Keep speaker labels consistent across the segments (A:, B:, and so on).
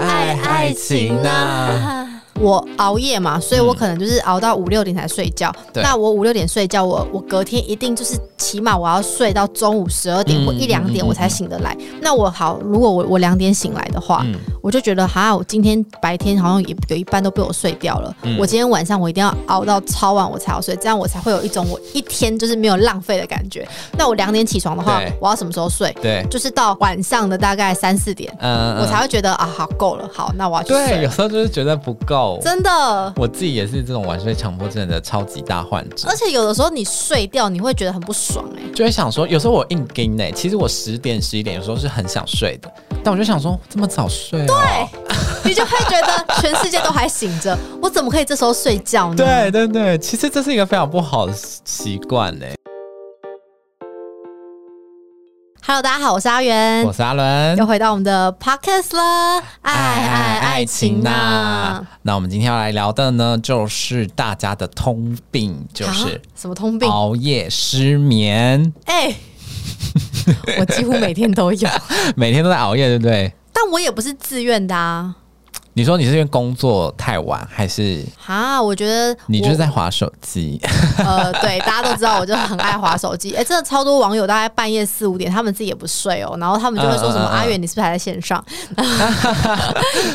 A: 爱情啊
B: 啊
A: 呐、
B: 我熬夜嘛，所以我可能就是熬到五六点才睡觉。
A: 嗯对
B: 那我五六点睡觉，我我隔天一定就是起码我要睡到中午十二点
A: 嗯
B: 或一两
A: 嗯嗯
B: 点
A: 嗯
B: 我才醒得来。那我好，如果我我两点醒来的话，
A: 嗯
B: 我就觉得哈，我今天白天好像也有一半都被我睡掉了。
A: 嗯
B: 我今天晚上我一定要熬到超晚我才要睡，这样我才会有一种我一天就是没有浪费的感觉。那我两点起床的话
A: 对，
B: 我要什么时候睡？
A: 对，
B: 就是到晚上的大概三四点，
A: 嗯，嗯
B: 我才会觉得啊，好够了，好，那我要去睡
A: 对，有
B: 了。
A: 时候就是觉得不够。
B: 真的，
A: 我自己也是这种晚睡强迫症的超级大患者
B: 而，且有的时候你睡掉，你会觉得很不爽哎、
A: 就会想说，有时候我硬盯呢、其实我十点十一点有时候是很想睡的，但我就想说这么早睡、哦，
B: 你就会觉得全世界都还醒着，我怎么可以这时候睡觉呢？，
A: 对对对，其实这是一个非常不好的习惯欸呢。
B: ，Hello，大家好，我是阿元
A: 我，是阿伦
B: 又，回到我们的 Podcast 了，爱爱爱情啊呐、
A: 啊那我们今天要来聊的呢，就是大家的通病，就
B: 啊
A: 是
B: 什么通病？
A: 熬夜失眠，
B: 哎、 我几乎每天都有，
A: 每天都在熬夜，对不对？
B: 但我也不是自愿的啊。
A: 你说你是因为工作太晚，还是
B: 哈，我觉得
A: 你就是
B: 我
A: 在划手机？
B: 呃，对，大家都知道，我就很爱划手机。哎、真的超多网友大概半夜四五点，他们自己也不睡哦，然后他们就会说什么
A: 嗯：“嗯嗯
B: 阿远，你是不是还在 线上？”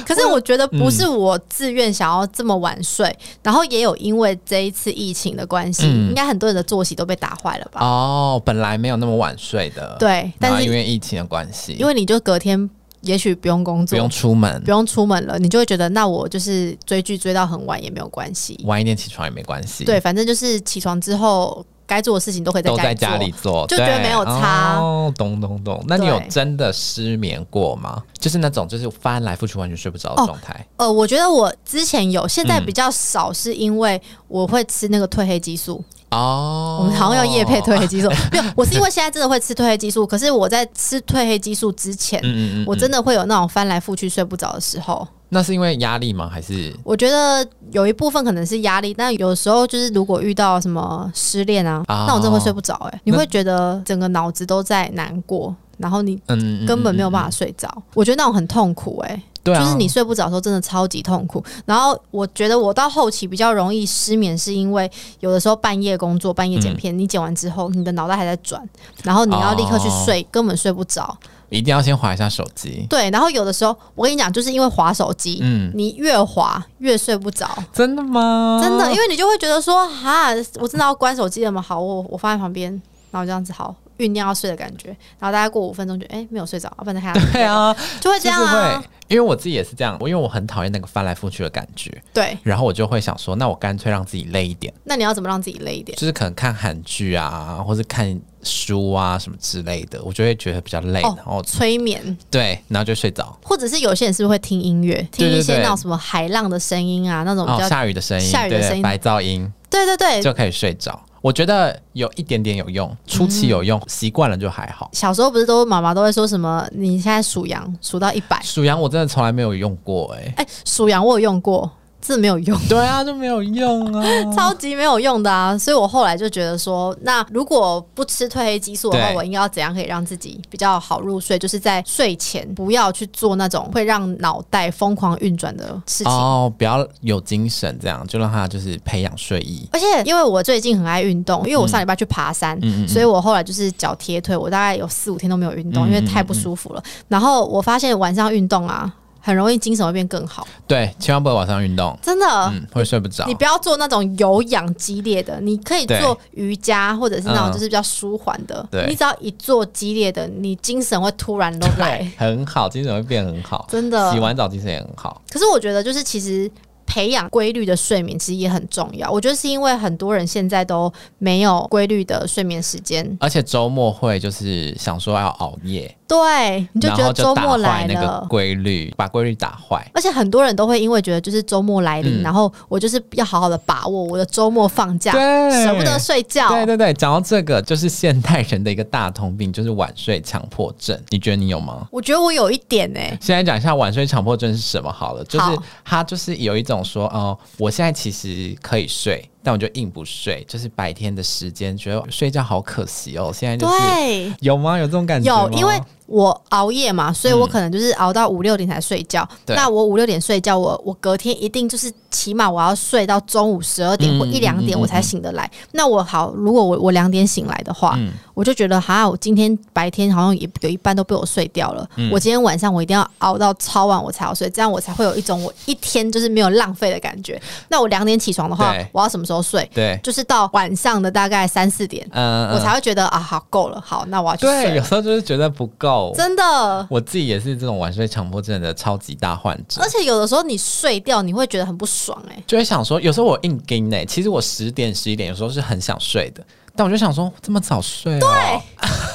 B: 可是我觉得不是我自愿想要这么晚睡，然后也有因为这一次疫情的关系，
A: 嗯
B: 应该很多人的作息都被打坏了吧？
A: 哦，本来没有那么晚睡的，
B: 对，
A: 然后
B: 但是
A: 因为疫情的关系，
B: 因为你就隔天也许不用工
A: 不
B: 作，
A: 用出门
B: 不，用出门了，你就会觉得那我就是追剧追到很晚也没有关系。
A: 晚一点起床也没关系，
B: 对，，反正就是起床之后该做的事情都可以在
A: 都
B: 家
A: 在
B: 里
A: 家
B: 做
A: 里做，
B: 就觉得
A: 对
B: 没有差
A: 哦，懂懂懂。那你有
B: 对
A: 真的失眠过吗？就是那种就是翻来覆去完全睡不着的
B: 哦
A: 状态。
B: 呃，我觉得我之前有，现在
A: 嗯
B: 比较少，是因为我会吃那个褪黑激素。
A: 哦，
B: 我们好像要夜配褪黑激素，没有，我是因为现在真的会吃褪黑激素，可是我在吃褪黑激素之前，
A: 嗯，嗯嗯嗯，
B: 我真的会有那种翻来覆去睡不着的时候。
A: 那是因为压力吗？还是
B: 我觉得有一部分可能是压力，但有时候就是如果遇到什么失恋啊，
A: 哦
B: 那我真的会睡不着。哎，你
A: 那
B: 会觉得整个脑子都在难过，然后你
A: 嗯
B: 根本没有办
A: 法，
B: 法睡着。我觉得那种很痛苦。哎，
A: 对啊，
B: 就是你睡不着的时候真的超级痛苦。然后我觉得我到后期比较容易失眠，是因为有的时候半夜工作、半
A: 嗯
B: 夜剪片，你剪完之后你的脑袋还在转，然后你要立刻去
A: 哦
B: 睡，根本睡不着。
A: 一定要先划一下手机。
B: 对，然后有的时候我跟你讲，就是因为划手机，
A: 嗯，哦
B: 你越划越睡不着。
A: 真的吗？
B: 真的，因为你就会觉得说，哈，我真的要关手机了吗？好，我我放在旁边，然后这样子好酝酿要睡的感觉，然后大概过五分钟就哎、没有睡着，要不然再看下去
A: 对，啊，
B: 就会
A: 就是
B: 这样啊
A: 会，，因为我自己也是这样，我因为我很讨厌那个翻来覆去的感觉，
B: 对。
A: 然后我就会想说，那我干脆让自己累一点，
B: 那你要怎么让自己累一点？
A: 就是可能看韩剧啊，或是看书啊什么之类的，我就会觉得比较累，
B: 哦
A: 然后
B: 催眠，
A: 对，然后就睡着。
B: 或者是有些人是不是会听音乐，听
A: 对对
B: 一些
A: 对
B: 那种什么海浪的声音啊，那种比
A: 哦，
B: 较，
A: 下雨的声音，
B: 下雨的
A: 对
B: 声音
A: 白
B: 哎
A: 噪音
B: 对对对。
A: 就可以睡着。我觉得有一点点有用，初期有用，习惯了就还好。
B: 小时候不是都妈妈都会说什么？你现在数羊数到一百，
A: 数羊我真的从来没有用过、 哎，
B: 哎，数羊我有用过，这没有用，
A: 对啊，就没有用啊。
B: 超级没有用的啊！所以我后来就觉得说，那如果不吃褪黑激素的话，
A: 对
B: 我应该要怎样可以让自己比较好入睡？就是在睡前不要去做那种会让脑袋疯狂运转的事情。
A: 哦，不要有精神，这样就让他就是培养睡意。
B: 而且因为我最近很爱运动，因为我上礼拜去爬山，
A: 嗯嗯嗯
B: 所以我后来就是脚贴腿，我大概有四五天都没有运动，
A: 嗯
B: 因为太不舒服了。然后我发现晚上运动啊，很容易精神会变更好，
A: 对，千万不要晚上运动，
B: 真的。
A: 嗯，会睡不着
B: 哦你。不要做那种有氧激烈的，你可以
A: 对
B: 做瑜伽，或者是那
A: 嗯
B: 种就是比较舒缓的。
A: 对
B: 你只要一做激烈的，你精神会突然都来
A: 对，， 很好，精神会变很好。
B: 真的
A: 洗。完澡精神也很好。
B: 可是我觉得，就是其实培养规律的睡眠其实也很重要。我觉得是因为很多人现在都没有规律的睡眠时间，
A: 而且周末会就是想说要熬夜，
B: 对，你就
A: 然
B: 觉
A: 后
B: 得
A: 就
B: 周
A: 打
B: 末
A: 坏
B: 来
A: 那
B: 了
A: 个。规律，把规律打坏。
B: 而且很多人都会因为觉得就是周末来临，
A: 嗯
B: 然后我就是要好好的把握我的周末放假，
A: 对
B: 舍不得睡觉。
A: 对对对，讲到这个，就是现代人的一个大通病，就是晚睡强迫症。你觉得你有吗？
B: 我觉得我有一点哎、
A: 现在讲一下晚睡强迫症是什么好了，就是
B: 好
A: 他就是有一种说，哦、我现在其实可以睡，但我就硬不睡，就是白天的时间觉得睡觉好可惜哦。现在就是
B: 对，
A: 有吗？有这种感觉吗
B: 有，因为我熬夜嘛，所以我可能就是熬到五六点才睡觉。
A: 嗯对
B: 那我五六点睡觉，我我隔天一定就是起码我要睡到中午十二点
A: 嗯
B: 或一两点
A: 嗯嗯
B: 我才醒得来。那我好，如果我我两点醒来的话，
A: 嗯
B: 我就觉得哈，我今天白天好像也有一半都被我睡掉了。
A: 嗯
B: 我今天晚上我一定要熬到超晚我才要睡，这样我才会有一种我一天就是没有浪费的感觉。那我两点起床的话
A: 对，
B: 我要什么时候睡？
A: 对，
B: 就是到晚上的大概三四点，
A: 嗯，嗯
B: 我才会觉得啊，好够了，好，那我要去睡
A: 对，有
B: 了。
A: 时候就是觉得不够。
B: 真的，
A: 我自己也是这种晚睡强迫症的超级大患者
B: 而，且有的时候你睡掉，你会觉得很不爽哎、
A: 就会想说，有时候我硬盯呢、其实我十点十一点有时候是很想睡的，但我就想说这么早睡、哦，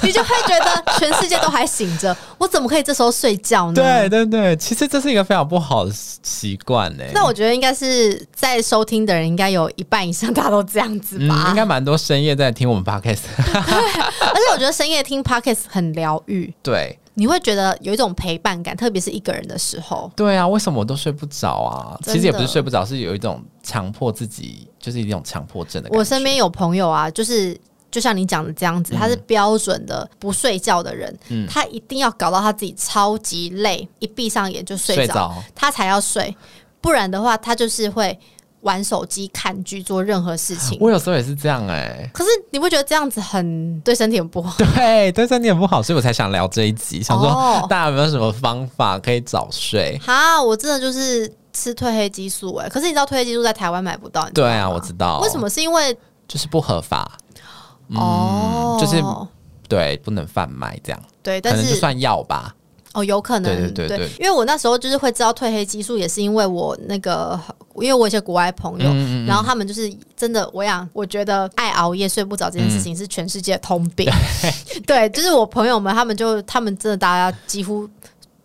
B: 你就会觉得全世界都还醒着，我怎么可以这时候睡觉呢？
A: 对对对，其实这是一个非常不好的习惯欸呢。
B: 那我觉得应该是在收听的人，应该有一半以上大家都这样子
A: 嗯，
B: 吧。
A: 应该蛮多深夜在听我们 podcast，
B: 而且我觉得深夜听 podcast 很疗愈，
A: 对
B: 你会觉得有一种陪伴感，特别是一个人的时候。
A: 对啊，为什么我都睡不着啊？
B: 真的
A: 其实也不是睡不着，是有一种强迫自己，就是一种强迫症的感觉。嗯
B: 我身边有朋友啊，就是就像你讲的这样子，他是标准的不睡觉的人，他一定要搞到他自己超级累，一闭上眼就睡
A: 睡
B: 着，
A: 着
B: 他才要睡，不然的话，他就是会玩手机、看剧、做任何事情。
A: 我有时候也是这样哎、
B: 可是你不觉得这样子很对身体很不好？
A: 对，对身体很不好，所以我才想聊这一集，想说
B: 哦
A: 大家有没有什么方法可以早睡？
B: 哈，我真的就是吃褪黑激素哎、可是你知道褪黑激素在台湾买不到，你知道
A: 对
B: 吗
A: 啊，我知道，
B: 为什么？是因为、
A: 就是不合法，
B: 哦，
A: 嗯就是对，不能贩卖这样，
B: 对，
A: 可
B: 但
A: 能就是算药吧。
B: 哦，有可能，
A: 对对对对
B: 因为我那时候就是会知道褪黑激素，也是因为我那个，因为我有一些国外朋友，
A: 嗯
B: 然后他们就是真的，我想，我觉得爱熬夜睡不着这件事情是全世界的通 病，对，就是我朋友们，他们就他们真的大家几乎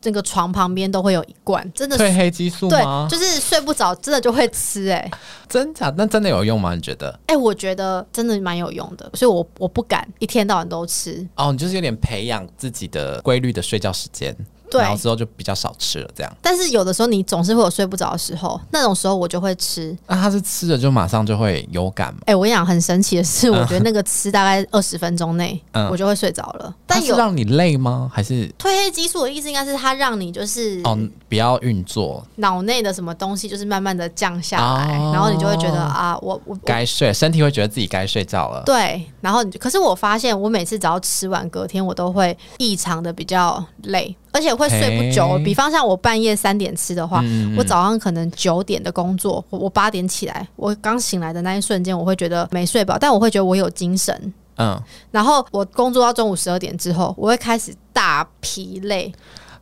B: 那个床旁边都会有一罐，真的
A: 褪黑激素吗
B: 对，？就是睡不着，真的就会吃、哎
A: 真假？那真的有用吗？你觉得？
B: 哎、我觉得真的蛮有用的，所以我我不敢一天到晚都吃，
A: 哦，你就是有点培养自己的规律的睡觉时间，
B: 对
A: 然后之后就比较少吃了这样。
B: 但是有的时候你总是会有睡不着的时候，那种时候我就会吃。
A: 那、他是吃了就马上就会有感吗？
B: 哎、我跟你讲，很神奇的是，我觉得那个吃大概二十分钟内，
A: 嗯
B: 我就会睡着了。
A: 但
B: 但
A: 是
B: 有
A: 让你累吗？还是
B: 褪黑激素的意思，应该是它让你就是
A: 哦不要运作，
B: 脑内的什么东西，就是慢慢的降下来，
A: 哦
B: 然后你就会觉得啊，我我我
A: 该睡，身体会觉得自己该睡觉了。
B: 对，然后你就可是我发现，我每次只要吃完，隔天我都会异常的比较累，而且会睡不久。
A: 嘿
B: 比方像我半夜三点吃的话，
A: 嗯
B: 我早上可能九点的工作，我我八点起来，我刚醒来的那一瞬间，我会觉得没睡饱，但我会觉得我有精神。
A: 嗯，
B: 然后我工作到中午十二点之后，我会开始大疲累，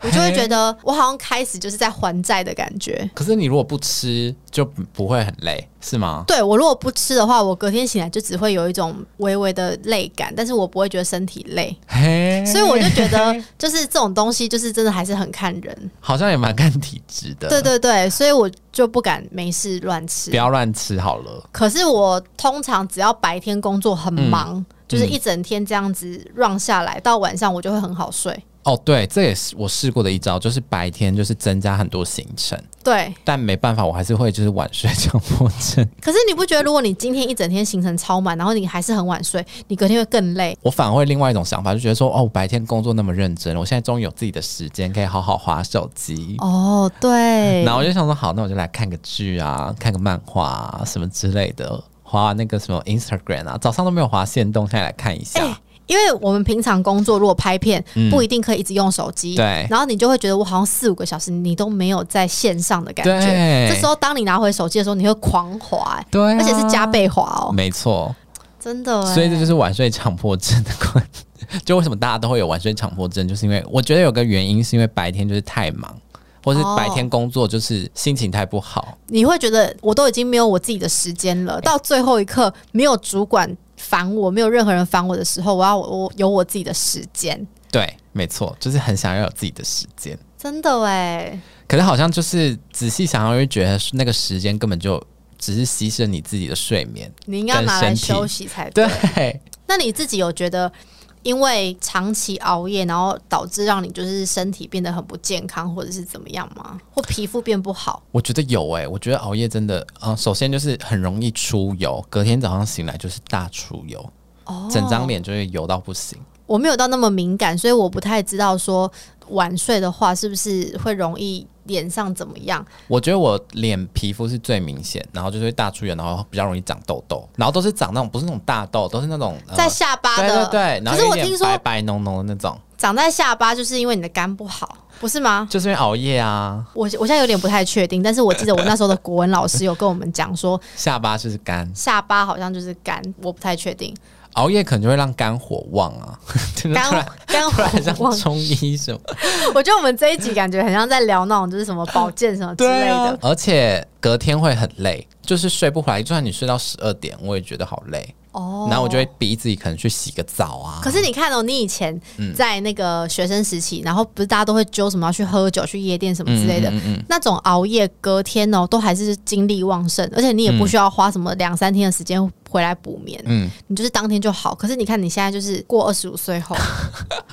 B: 我就会
A: 嘿
B: 觉得我好像开始就是在还债的感觉。
A: 可是你如果不吃就不不会很累，是吗？
B: 对我如果不吃的话，我隔天醒来就只会有一种微微的累感，但是我不会觉得身体累。
A: 嘿，
B: 所以我就 觉得，就是这种东西，就是真的还是很看人。
A: 好像也蛮看体质的。
B: 对对对，所以我就不敢没事乱
A: 啊不
B: 吃。
A: 要乱吃好了。
B: 可是我通常只要白天工作很
A: 嗯
B: 忙，就是一整天这样子 run 下来，到晚上我就会很好睡。
A: 哦，对，这也是我试过的一招，就是白天就是增加很多行程，
B: 对，
A: 但没办法，我还是会就是晚睡 强迫症。
B: 可是你不觉得，如果你今天一整天行程超满，然后你还是很晚睡，你隔天会更累？
A: 我反而会另外一种想法，就觉得说，哦，我白天工作那么认真，我现在终于有自己的时间可以好好划手机。
B: 哦，对
A: 然，后我就想说，好，那我就来看个剧啊，看个漫画啊，什么之类的，划那个什么 Instagram 啊，早上都没有划线动，现在来看一下。
B: 因为我们平常工作如果拍片，
A: 嗯
B: 不一定可以一直用手机。
A: 对
B: 然后你就会觉得我好像四五个小时你都没有在线上的感觉。
A: 对
B: 这时候当你拿回手机的时候，你会狂滑、欸
A: 对啊、
B: 而且是加倍滑哦、
A: 没错，
B: 真的、欸。
A: 所以这就是晚睡强迫症的关。 就为什么大家都会有晚睡强迫症，就是因为我觉得有个原因是因为白天就是太忙，或是
B: 哦
A: 白天工作就是心情太不好。
B: 你会觉得我都已经没有我自己的时间了，到最后一刻没有主管烦我，没有任何人烦我的时候，我要我我有我自己的时间。
A: 对，没错，就是很想要有自己的时间。
B: 真的哎、
A: 可是好像就是仔细想想，会觉得那个时间根本就只是牺牲你自己的睡眠。
B: 你应该拿来
A: 跟身体
B: 休息才对。
A: 对，
B: 那你自己有觉得，因为长期熬夜，然后导致让你就是身体变得很不健康，或者是怎么样吗？或皮肤变不好？
A: 我觉得有欸诶、我觉得熬夜真的，嗯、首先就是很容易出油，隔天早上醒来就是大出油，
B: 哦
A: 整张脸就会油到不行。
B: 我没有到那么敏感，所以我不太知道说晚睡的话是不是会容易脸上怎么样。
A: 我觉得我脸皮肤是最明显，然后就是会大出油，然后比较容易长痘痘，然后都是长那种不是那种大痘，都是那种、呃、
B: 在下巴
A: 对
B: 的，
A: 对对，然
B: 可
A: 后
B: 是
A: 有
B: 我
A: 一
B: 听
A: 点
B: 说
A: 白白浓浓的那种，
B: 长在下巴就是因为你的肝不好，不是吗？
A: 就是因为熬夜啊，
B: 我我现在有点不太确定，但是我记得我那时候的国文老师有跟我们讲说，
A: 下巴就是干，
B: 下巴好像就是肝，我不太确定。
A: 熬夜可能就会让肝火旺啊， 真的突
B: 肝
A: 然
B: 肝
A: 突然像
B: 火旺，
A: 中医什么
B: 我觉得我们这一集感觉很像在聊那种就是什么保健什么 之类的。
A: 啊而且隔天会很累，就是睡不回来，就算你睡到十二点，我也觉得好累，
B: 哦
A: 然后我就会逼自己可能去洗个澡啊，
B: 可是你看哦，你以前
A: 嗯
B: 在那个学生时期，然后不是大家都会揪什么要去喝酒、去夜店什么
A: 嗯
B: 之类的，那种熬夜隔天哦，都还是精力旺盛，而且你也不需要花什么两三天的时间回来补眠，
A: 嗯
B: 你就是当天就好。可是你看你现在就是过二十五岁 后，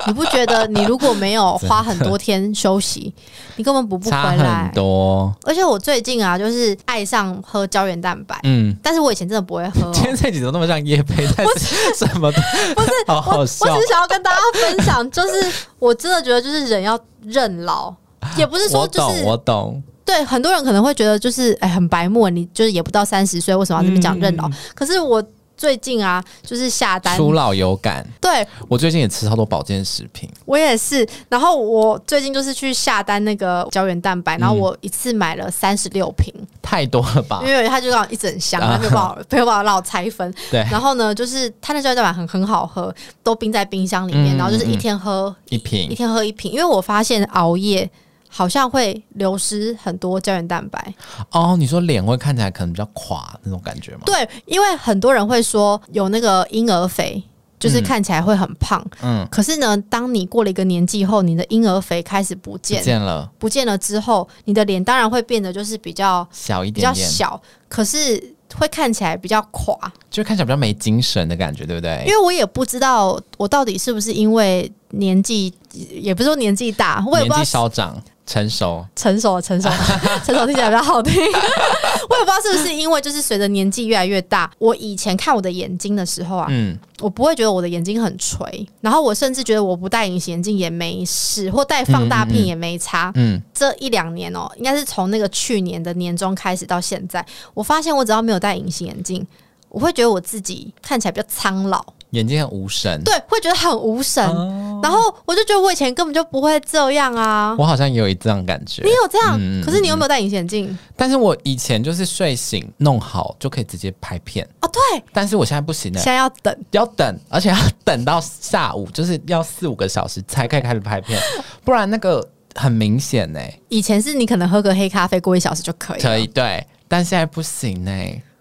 B: 你不觉得你如果没有花很多天休息，你根本补不回
A: 差很
B: 来。
A: 多，
B: 而且我最近啊，就是爱上喝胶原蛋白，
A: 嗯。
B: 但是我以前真的不会喝、哦。
A: 今天这集怎么那么像叶佩？但是 什么的，不是，好好
B: 我
A: 笑
B: 只。是想要跟大家分享，就是我真的觉得，就是人要认老，也不是说
A: 啊我
B: 就
A: 懂，
B: 是
A: 我懂，
B: 对很多人可能会觉得，就是哎、很白目，你就是也不到三十岁，为什么要这么讲认
A: 嗯
B: 老？可是我最近啊，就是下单，
A: 初老有感。
B: 对
A: 我最近也吃超多保健食品，
B: 我也是。然后我最近就是去下单那个胶原蛋
A: 嗯
B: 白，然后我一次买了三十六瓶，
A: 太多了吧？
B: 因为它就让一整箱，
A: 啊
B: 它没有办法没有办法让我拆分。
A: 对，
B: 然后呢，就是它那胶原蛋白很很好喝，都冰在冰箱里
A: 嗯
B: 面，然后就是一
A: 嗯
B: 天喝
A: 一
B: 一
A: 瓶。
B: 天喝一瓶，因为我发现熬夜好像会流失很多胶原蛋白。
A: 哦，你说脸会看起来可能比较垮那种感觉吗？
B: 对，因为很多人会说有那个婴儿肥，就是
A: 嗯
B: 看起来会很胖。
A: 嗯，
B: 可是呢，当你过了一个年纪后，你的婴儿肥开始不
A: 不
B: 见，
A: 见了，
B: 不见了之后，你的脸当然会变得就是比较
A: 小一
B: 比较
A: 点点，
B: 小，可是会看起来比较垮。
A: 就看起来比较没精神的感觉，对不
B: 因
A: 对？
B: 为我也不知道我到底是不是因为年纪，也不是说年纪大，我也不
A: 年
B: 知道
A: 纪稍长，成熟，
B: 成熟了，成熟了，成熟听起来比较好听。 我也不知道是不是因为就是随着年纪越来越大，我以前看我的眼睛的时候啊，
A: 嗯，
B: 我不会觉得我的眼睛很垂，然后我甚至觉得我不戴隐形眼镜也没事，或戴放大
A: 嗯嗯
B: 镜
A: 嗯
B: 也没差。
A: 嗯，
B: 这一两年哦、应该是从那个去年的年终开始到现在，我发现我只要没有戴隐形眼镜。我会觉得我自己看起来比较苍老，
A: 眼睛很无神。
B: 对，啊会觉得很无神，
A: 嗯哦
B: 然后我就觉得我以前根本就不会这样啊。
A: 我好像也有一这样感觉
B: 你，有这样，
A: 嗯嗯
B: 可是你有没有戴隐形眼镜？
A: 但是我以前就是睡醒弄好就可以直接拍片，
B: 哦，对，
A: 但是我现在不行了
B: 现。在要等，
A: 要等，而且要等到下午，就是要四五个小时才可以开始拍 片，不然那个很明显呢、
B: 以前是你可能喝个黑咖啡过一小时就可以了
A: 可以对，但现在不行呢、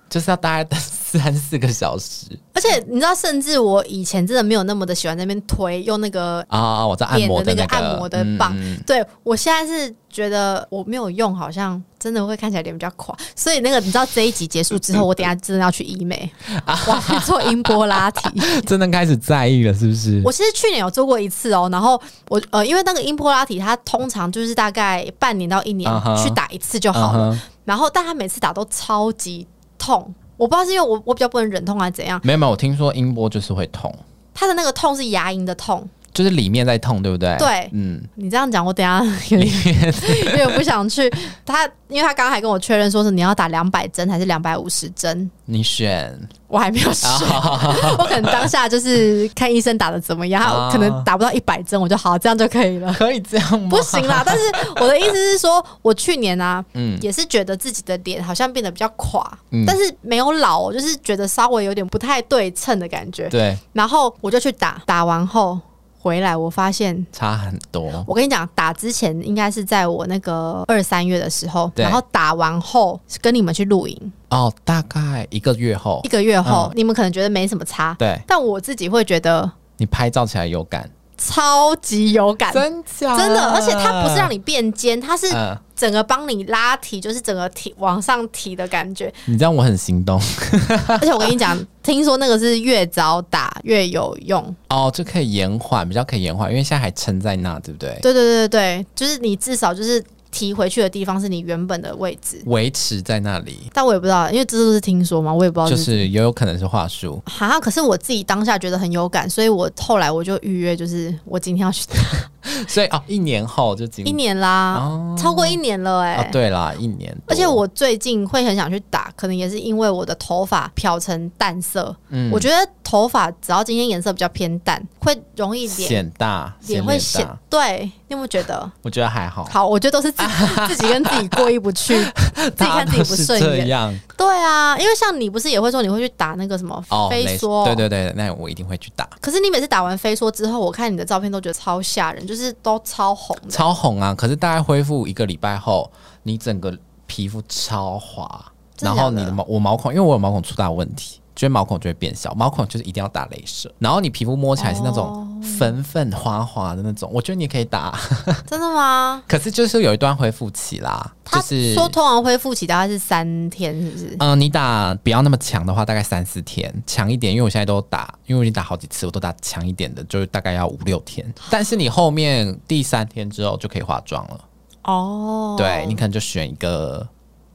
A: 就是要大概等三四个小时
B: 而且你知道，甚至我以前真的没有那么的喜欢在那边推，用那个。
A: 啊、我在按摩的
B: 脸的
A: 那
B: 那个
A: 个
B: 按摩的棒
A: 嗯嗯
B: 对我现在是觉得我没有用，好像真的会看起来脸比较垮。所以那个你知道这一集结束之后，我等一下真的要去 医美，我要去做音波拉提。
A: 嗯真的开始在意了，是不是？
B: 我其实去年有做过一次哦，然后我呃，因为那个音波拉提它通常就是大概半年到一年
A: 嗯哼
B: 去打一次就好了。
A: 嗯哼
B: 然后但他每次打都超级痛，我不知道是因为我我比较不能忍痛还是怎样，
A: 没有没有，我听说音波就是会痛，
B: 他的那个痛是牙龈的痛。
A: 就是里面在痛，对不对？
B: 对
A: 嗯，
B: 你这样讲，我等一下 有
A: 里
B: 点
A: 面
B: 有点不想去。他因为他刚刚还跟我确认说是你要打两百针还是两百五十针，
A: 你选
B: 我还没有选。
A: 哦
B: 我可能当下就是看医生打的怎么样，
A: 啊
B: 他可能打不到一百针，我就好这样就可以了。
A: 可以这样吗？
B: 不行 啦，但是我的意思是说，我去年啊，
A: 嗯
B: 也是觉得自己的脸好像变得比较垮，
A: 嗯
B: 但是没有老哦，就是觉得稍微有点不太对称的感觉。
A: 对，
B: 然后我就去打，打完后回来，我发现。
A: 差很多，
B: 我跟你讲，打之前应该是在我那个二三月的时候，
A: 对
B: 然后打完后是跟你们去露营，
A: 哦，大概一个月后
B: 一，个月后、
A: 嗯
B: 你们可能觉得没什么差，
A: 对
B: 但我自己会觉得
A: 你拍照起来有感。
B: 超级有感，
A: 真假
B: 真的，而且它不是让你变尖，它是
A: 嗯，
B: 整个帮你拉提，就是整个提往上提的感 觉。
A: 你这样我很心动
B: 而且我跟你讲，听说那个是越早打越有用，
A: 哦，就可以延缓，比较可以延缓，因为现在还撑在那，对不对？
B: 对对对对，对就是你至少就是提回去的地方是你原本的位置。
A: 维持在那里，
B: 但我也不知道，因为这都是听说嘛，我也不知道
A: 就是是也有可能是话术。
B: 哈，可是我自己当下觉得很有感，所以我后来我就预约，就是我今天要去
A: 所以哦，一年后就今
B: 一年啦，超过一年了哎、
A: 啊，哦对啦，一年多。
B: 而且我最近会很想去打，可能也是因为我的头发漂成淡色。
A: 嗯
B: 我觉得头发只要今天颜色比较偏淡，会容易脸
A: 显大，
B: 脸
A: 显
B: 会
A: 脸
B: 显
A: 大，。
B: 对，你有没有觉得？
A: 我觉得还好，
B: 好，我觉得都是 自己自己跟自己过意不去，自己看自己不顺
A: 大家都是这
B: 眼。
A: 样
B: 对啊，因为像你不是也会说你会去打那个什么
A: 哦，
B: 飞
A: 没
B: 梭？啊
A: 对对对，那我一定会去打。
B: 可是你每次打完飞梭之后，我看你的照片都觉得超吓人，就是都超红的。
A: 超红啊！可是大概恢复一个礼拜后，你整个皮肤超滑，
B: 真
A: 然
B: 的假的
A: 后你的毛我毛孔，因为我有毛孔粗大的问题，觉得毛孔就会变小，毛孔就是一定要打镭射，然后你皮肤摸起来是那
B: 哦
A: 种粉粉滑滑的那种，我觉得你可以打，
B: 真 的吗？
A: 可是就是有一段恢复期啦，就
B: 他
A: 是
B: 说通常恢复期大概是三天，是不是？
A: 嗯、你打不要那么强的话，大概三四天，强一点，因为我现在都打，因为我已经打好几次，我都打强一点的，就是大概要五六天，但是你后面第三天之后就可以化妆了。
B: 哦，
A: 对 你可能就选一个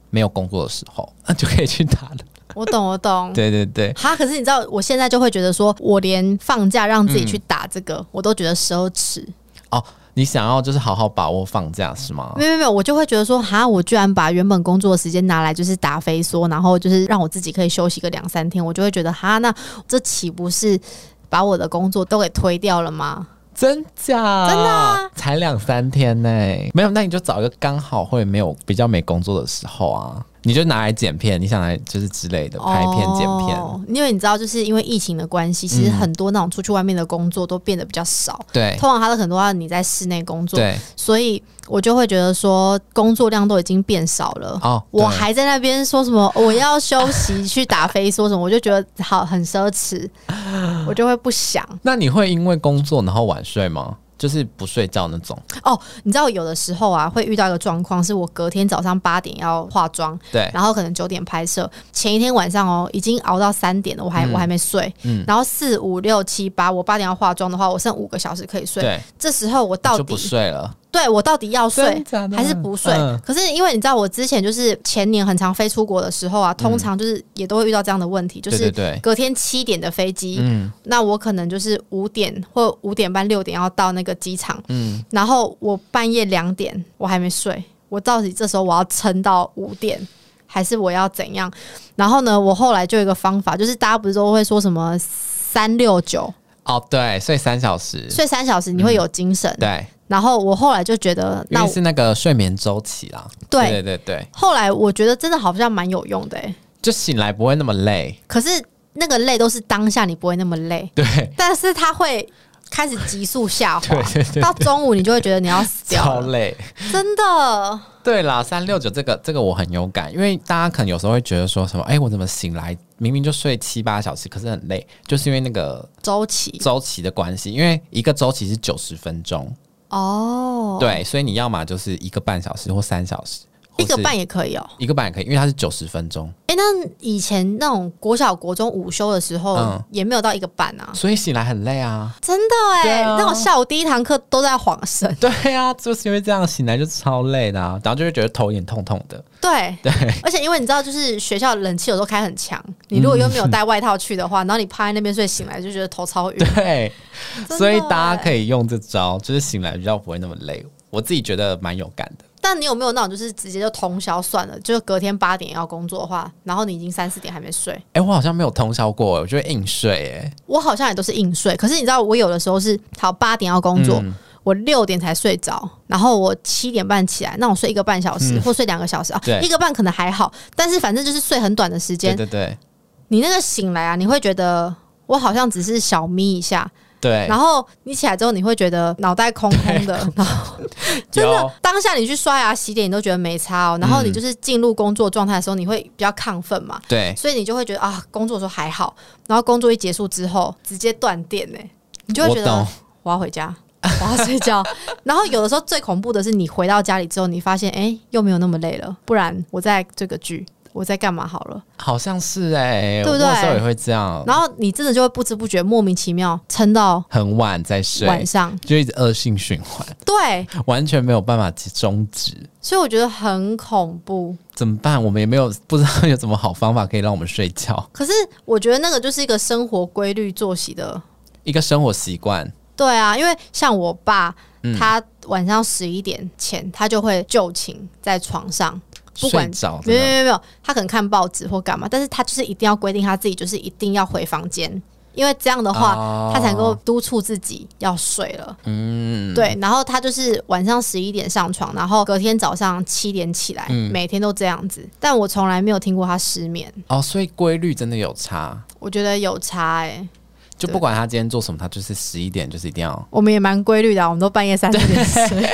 A: 没有工作的时 候，那就可以去打了。
B: 我懂，我懂。
A: 对对对，
B: 哈，可是你知道，我现在就会觉得说，我连放假让自己
A: 嗯
B: 去打这个，我都觉得奢侈。
A: 哦，你想要就是好好把握放假是吗？
B: 没有没有没有，我就会觉得说，哈，我居然把原本工作的时间拿来就是打飞梭，然后就是让我自己可以休息个两三天，我就会觉得，哈，那这岂不是把我的工作都给推掉了吗？
A: 真假？
B: 真的啊
A: 才两三天呢、没有，那你就找一个刚好会没有比较没工作的时候啊，你就拿来剪片，你想来就是之类的拍片剪片。嗯
B: 哦因为你知道，就是因为疫情的关系，其实很多那种出去外面的工作都变得比较少。
A: 对
B: 通常他的很多要你在室内工作，
A: 对
B: 所以我就会觉得说工作量都已经变少了。
A: 哦，
B: 我
A: 对
B: 还在那边说什么我要休息去打飞说什么，我就觉得好很奢 侈，我就会不想。
A: 那你会因为工作然后晚睡吗？就是不睡觉那种？
B: 你知道有的时候啊，会遇到一个状况，是我隔天早上八点要化妆，
A: 对，
B: 然后可能九点拍摄，前一天晚上哦已经熬到三点了，我还、我还没睡，
A: 嗯
B: 然后四五六七八，我八点要化妆的话，我剩五个小时可以睡。
A: 对，
B: 这时候我到
A: 就不
B: 底
A: 睡了。
B: 对我到底要睡
A: 真假的
B: 还是不睡？
A: 嗯
B: 可是因为你知道，我之前就是前年很常飞出国的时候啊，通常就是也都会遇到这样的问题，
A: 嗯
B: 就
A: 对对
B: 是
A: 对，
B: 隔天七点的飞机，
A: 嗯
B: 那我可能就是五点或五点半六点要到那个机场，
A: 嗯，
B: 然后我半夜两点我还没睡，我到底这时候我要撑到五点？还是我要怎样？然后呢，我后来就有一个方法，就是大家不是都会说什么三六九
A: 哦对，睡三小时。
B: 睡三小时你会有精神。
A: 对，
B: 然后我后来就觉得，
A: 因
B: 那
A: 为
B: 我
A: 是那个睡眠周期啦。
B: 对
A: 对对对，
B: 后来我觉得真的好像蛮有用的、欸，
A: 就醒来不会那么累。
B: 可是那个累都是当下你不会那么累，
A: 对，
B: 但是它会开始急速下滑，
A: 对对
B: 到中午你就会觉得你要死 掉
A: 超
B: 了，
A: 累。
B: 真的。
A: 对啦，三六九这个这个我很有感，因为大家可能有时候会觉得说什么，哎、我怎么醒来明明就睡七八小时，可是很累，就是因为那个
B: 周期
A: 周期的关系，因为一个周期是九十分钟，
B: 哦，，
A: 对，所以你要么就是一个半小时或三小时，
B: 一个
A: 或是
B: 半也可以哦、
A: 一个半也可以，因为它是九十分钟，
B: 哎、那以前那种国小、国中午休的时候，
A: 嗯
B: 也没有到一个半啊，
A: 所以醒来很累啊。
B: 真的哎、
A: 对啊
B: 那我下午第一堂课都在晃神，
A: 对啊，就是因为这样醒来就超累的、啊，然后就会觉得头有点痛痛的。
B: 对。
A: 对，
B: 而且因为你知道，就是学校冷气有时候开很强，你如果又没有带外套去的话，
A: 嗯
B: 然后你趴在那边睡，醒来就觉得头超晕。
A: 对，
B: 真 的
A: 所以大家
B: 欸
A: 可以用这招，就是醒来比较不会那么累。我自己觉得蛮有感的。
B: 但你有没有那种就是直接就通宵算了，就是隔天八点要工作的话，然后你已经三四点还没睡？
A: 哎、我好像没有通宵过，我就会硬睡。哎，
B: 我好像也都是硬睡，可是你知道我有的时候是好八点要工作，
A: 嗯
B: 我六点才睡着，然后我七点半起来，那我睡一个半小时、或睡两个小时啊，
A: 嗯对
B: 一个半可能还好，但是反正就是睡很短的时
A: 对
B: 间，
A: 对对
B: 你那个醒来啊，你会觉得。我好像只是小眯一下，
A: 对，
B: 然后你起来之后，你会觉得脑袋空空的，然后真的
A: 有，
B: 当下你去刷牙、洗脸，你都觉得没差哦。
A: 嗯
B: 然后你就是进入工作状态的时候，你会比较亢奋嘛，
A: 对，
B: 所以你就会觉得啊，工作的时候还好，然后工作一结束之后直接断电呢、你就会觉
A: 我
B: 得
A: 懂
B: 我要回家，我要睡觉。 然后有的时候最恐怖的是，你回到家里之后，你发现哎、诶又没有那么累了，不然我再追个剧。我在干嘛好了。
A: 好像是哎、欸，
B: 对不
A: 我有时候
B: 对
A: 也会这样，
B: 然后你真的就会不知不觉莫名其妙撑到
A: 很晚再睡，
B: 晚上。
A: 就一直恶性循环，
B: 对，
A: 完全没有办法终止。
B: 所以我觉得很恐怖。
A: 怎么办？我们也没有不知道有什么好方法可以让我们睡觉，
B: 可是我觉得那个就是一个生活规律作息的。
A: 一个生活习惯。
B: 对啊，因为像我爸，他晚上十一点前他就会就寝在床上，不
A: 睡
B: 管
A: 着
B: 没
A: 哦真
B: 有
A: 的
B: 没有没有，他可能看报纸或干嘛，但是他就是一定要规定他自己，就是一定要回房间，因为这样的话，
A: 哦
B: 他才能够督促自己要睡了。
A: 嗯，
B: 对，然后他就是晚上十一点上床，然后隔天早上七点起来，
A: 嗯
B: 每天都这样子。但我从来没有听过他失眠，
A: 哦，所以规律真的有差。
B: 我觉得有差哎、
A: 就不管他今天做什么，他就是十一点就是一定要。
B: 我们也蛮规律的啊、我们都半夜三四点 睡，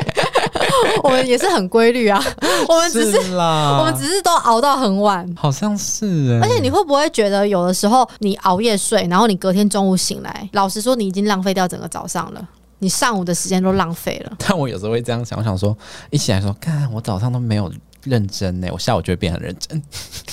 B: 我们也是很规律啊，我们只是
A: 啦，
B: 我们只是都熬到很晚。
A: 好像是
B: 而
A: 哎、
B: 且你会不会觉得，有的时候你熬夜睡，然后你隔天中午醒来，老实说，你已经浪费掉整个早上了，你上午的时间都浪费 了。
A: 但我有时候会这样想，我想说一起来说，看我早上都没有认真呢、我下午就会变很认真，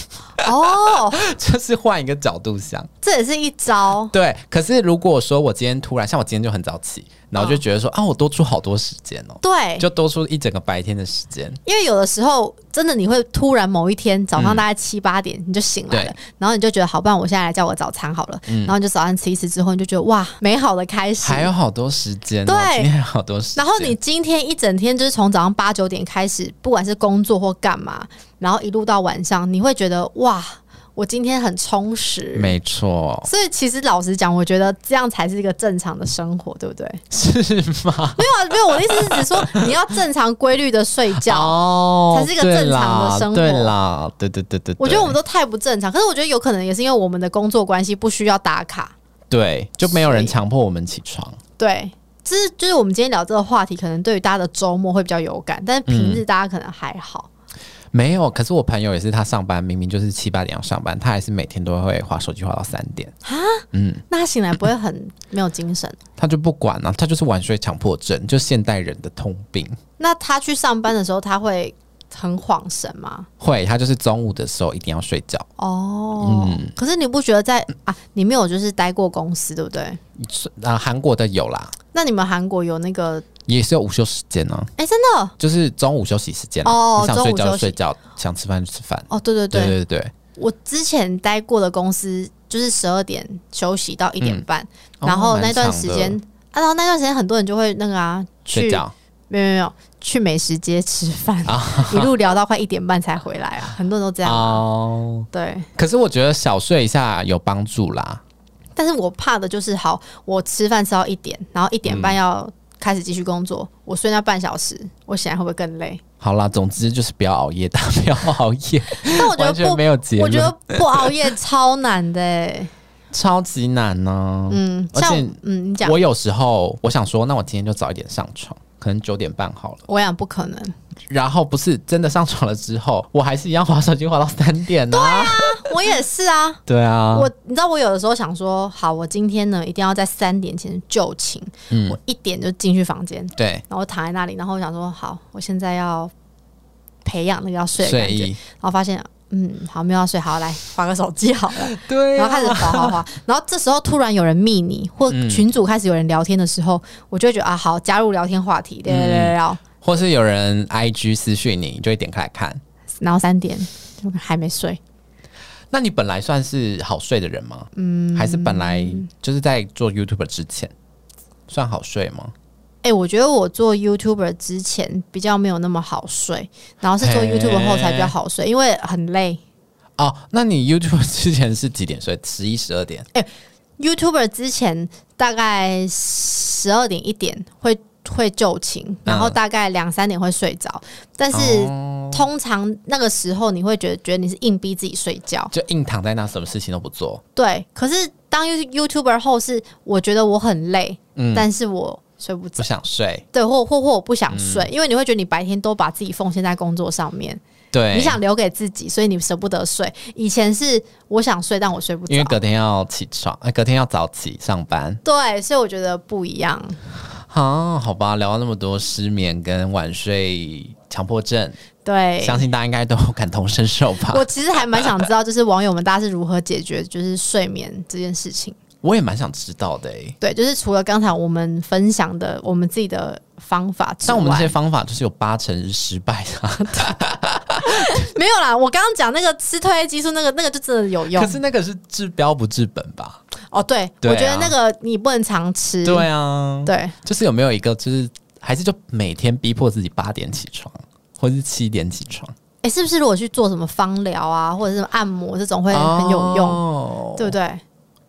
B: 哦，
A: 就是换一个角度想。
B: 这也是一招。
A: 对，可是如果说我今天突然，像我今天就很早起，然
B: 嗯
A: 后我就觉得说、啊，我多出好多时间哦、
B: 对，
A: 就多出一整个白天的时间。
B: 因为有的时候真的你会突然某一天早上大概七八点你就醒来了，
A: 嗯对嗯
B: 然后你就觉得好，不然我现在来叫我早餐好了，然后你就早上吃一吃之后，你就觉得哇，美好的开始。
A: 还有好多时间、哦，
B: 对
A: 今天还有好多时间。
B: 然后你今天一整天就是从早上八九点开始，不管是工作或干嘛，然后一路到晚上，你会觉得哇，我今天很充实。
A: 没错，
B: 所以其实老实讲，我觉得这样才是一个正常的生活，对不 对？
A: 是吗？
B: 没有啊，没有，我的意思是指说你要正常规律的睡觉。
A: 哦
B: 才是一个正常的生活
A: 对啦，对对对对，
B: 我觉得我们
A: 都
B: 都太不正常，可是我觉得有可能也是因为我们的工作关系不需要打卡，
A: 对，就没有人强迫我们起床。
B: 对。这是就是我们今天聊这个话题，可能对于大家的周末会比较有感，但是平
A: 嗯
B: 日大家可能还好。
A: 没有，可是我朋友也是，他上班明明就是七八点要上班，他还是每天都会划手机划到三点，
B: 那他醒来不会很没有精 神？
A: 他就不管了、他就是晚睡强迫症，就现代人的通病。
B: 那他去上班的时候，他会很恍神吗？
A: 会，他就是中午的时候一定要睡觉，
B: 哦，可是你不觉得在啊，你没有就是待过公司对不对？
A: 是啊，韩国的有啦，
B: 那你们韩国有那个
A: 也是有午休时间呢、
B: 哎、真的
A: 就是中午休息时间啊、
B: 哦
A: 你想睡觉
B: 中午
A: 就
B: 休息
A: 睡觉，想吃饭就吃饭。
B: 哦，对对对，
A: 对对对，
B: 我之前待过的公司就是十二点休息到一点半，
A: 哦
B: 然后
A: 蛮
B: 那段时间、啊，然后那段时间很多人就会那个啊
A: 睡
B: 去
A: 觉啊
B: 没有没有没有去美食街吃饭， 一路聊到快一点半才回来 啊，很多人都这样。
A: 哦。
B: 对，
A: 可是我觉得小睡一下有帮助啦。
B: 但是我怕的就是，好，我吃饭吃到一点，然后一点
A: 嗯
B: 半要开始继续工作，我睡那半小时，我醒来会不会更累？
A: 好啦，总之就是不要熬夜，大家不要熬夜，
B: 但我觉得
A: 完全
B: 不
A: 没，有结
B: 我觉
A: 论，
B: 得不熬夜超难的、欸。
A: 超级难呢、
B: 嗯，
A: 而
B: 像
A: 且
B: 嗯，你讲，
A: 我有时候我想说，那我今天就早一点上床，可能九点半好了。
B: 我想不可能。
A: 然后不是真的上床了之后，我还是一样划手机划到三点呢、
B: 我也是啊，
A: 对啊，
B: 我你知道，我有的时候想说，好，我今天呢一定要在三点前就寝，
A: 嗯
B: 我一点就进去房间，
A: 对
B: 然后躺在那里，然后我想说，好，我现在要培养那个要睡的感
A: 睡
B: 觉，
A: 意，
B: 然后发现，嗯，好，没有要睡，好，来划个手机好 了，
A: 对啊
B: 然后开始划划划，然后这时候突然有人密你，或
A: 嗯
B: 群组开始有人聊天的时候，我就会觉得啊，好，加入聊天话题，聊聊聊聊，
A: 或是有人 IG 私讯你，你就会点开来看。
B: 然后三点就还没睡，
A: 那你本来算是好睡的人吗？嗯，还是本来就是在做 YouTube 之前算好睡吗？
B: 哎、我觉得我做 YouTuber 之前比较没有那么好睡，然后是做
A: 嘿
B: YouTuber 后才比较好睡，因为很累。
A: 哦，那你 YouTube 之前是几点睡？十一、十二点？
B: YouTuber 之前大概十二点一点会会就寝，然后大概两三点会睡着，但是
A: 嗯哦
B: 通常那个时候你会觉得觉得你是硬逼自己睡觉，
A: 就硬躺在那，什么事情都不做。
B: 对。可是当 You- YouTuber 后是我觉得我很累，
A: 嗯，
B: 但是我睡不
A: 不嗯
B: 着。
A: 想睡。
B: 对，或或或我不想睡，因为你会觉得你白天都把自己奉献在工作上面，
A: 对，
B: 你想留给自己，所以你舍不得睡。以前是我想睡，但我睡不着
A: 因为。隔天要起床，哎，隔天要早起上班。
B: 对，所以我觉得不一样。
A: 啊，好吧，聊了那么多失眠跟晚睡强迫症，
B: 对，
A: 相信大家应该都感同身受吧。
B: 我其实还蛮想知道，就是网友们大家是如何解决就是睡眠这件事情。
A: 我也蛮想知道的、欸，
B: 对，就是除了刚才我们分享的我们自己的方法之
A: 像我们这些
B: 外，
A: 方法就是有八成是失败的啊、
B: 没有啦。我刚刚讲那个吃褪黑激素，那个那个就真的 有用
A: 可。是那个是治标不治本吧？
B: 哦，对，
A: 对啊
B: 我觉得那个你不能常吃。
A: 对啊，
B: 对
A: 就是有没有一个，就是还是就每天逼迫自己八点起床，或是七点起床，
B: 哎，是不是如果去做什么芳疗啊，或者是按摩这种会很有用，
A: 哦
B: 对不对？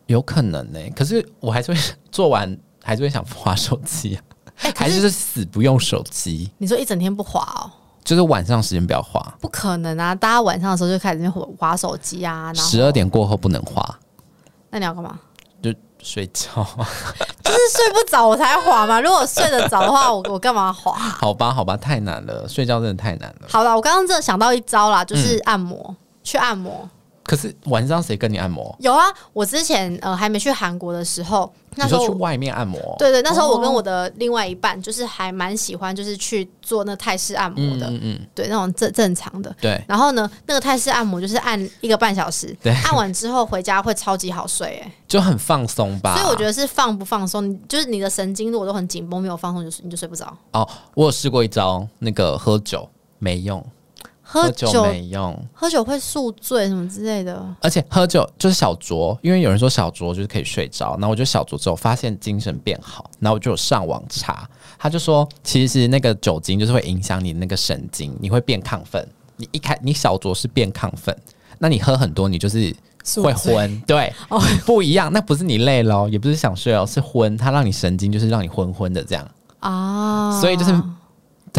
A: 有可能呢、可是我还是会做完， 还是会想划手机、啊，
B: 哎，可
A: 还是
B: 是
A: 就是死不用手机，
B: 你说一整天不滑哦，
A: 就是晚上时间不要划，
B: 不可能啊！大家晚上的时候就开始在那边滑滑手机啊，然后
A: 十二，点过后不能划，
B: 那你要干嘛？
A: 就睡觉 啊。
B: 就是睡不着我才滑嘛。如果睡得着 的话，我我干嘛滑？
A: 好吧，好吧，太难了，睡觉真的太难了。
B: 好了，我刚刚真的想到一招啦，
A: 嗯
B: 就是按摩，去按摩。
A: 可是晚上谁跟你按摩？
B: 有啊，我之前呃还没去韩国的时候，那
A: 你
B: 时
A: 说
B: 候
A: 去哦
B: 我
A: 外面按摩？
B: 对对，那时候我跟我的另外一半就是还蛮喜欢，就是去做那泰式按摩
A: 嗯
B: 的，
A: 嗯嗯，
B: 对那种正正常的。
A: 对，
B: 然后呢，那个泰式按摩就是按一个半小时
A: 对，
B: 按完之后回家会超级好睡、欸，
A: 就很放松吧。
B: 所以我觉
A: 得
B: 得是放不放松，你就是你的神经如果都很紧绷，没有放松，就是你就睡不着。
A: 哦，我有试过一招，那个喝酒没用，
B: 喝
A: 酒
B: 酒
A: 没用，
B: 喝酒会宿醉什么之类的，
A: 而且喝酒就是小酌，因为有人说小酌就是可以睡着，然后我就小酌之后发现精神变好，然后我就有上网查，他就说其实那个酒精就是会影响你那个神经，你会变亢奋，你一开你小酌是变亢奋，那你喝很多你就是。
B: 宿
A: 会
B: 醉
A: 昏，对，不一样。那不是你累咯，也不是想睡哦，是昏，它让你神经就是让你昏昏的这样。
B: 啊，
A: 所以就是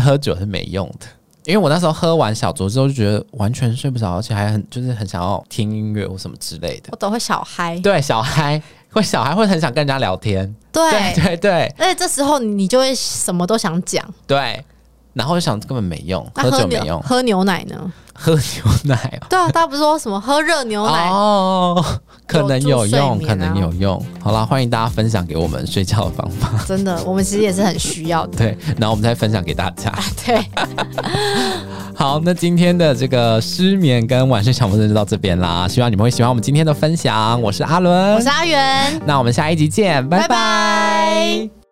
A: 喝酒是没用的。因为我那时候喝完小酌之后就觉得完全睡不着，而且还很就是很想要听音乐或什么之类的
B: 我。都会小嗨，
A: 对，小孩会小孩会很想跟人家聊天，
B: 对
A: 对对对
B: 而且这时候你你就会什么都想讲。
A: 对，然后就想根本没用，
B: 那
A: 喝酒没
B: 牛
A: 用，
B: 喝牛奶呢？
A: 喝牛奶
B: 对啊，大家不是说什么喝热牛奶？
A: 哦，可能有
B: 有助睡
A: 用，
B: 眠啊
A: 可能有用。好啦，欢迎大家分享给我们睡觉的方法，
B: 真的，我们其实也是很需要的。
A: 对，然后我们再分享给大家。
B: 对，
A: 好，那今天的这个失眠跟晚睡强迫症就到这边啦，希望你们会喜欢我们今天的分享。我是阿伦，
B: 我是阿元，
A: 那我们下一集见，拜
B: 拜
A: 拜
B: 拜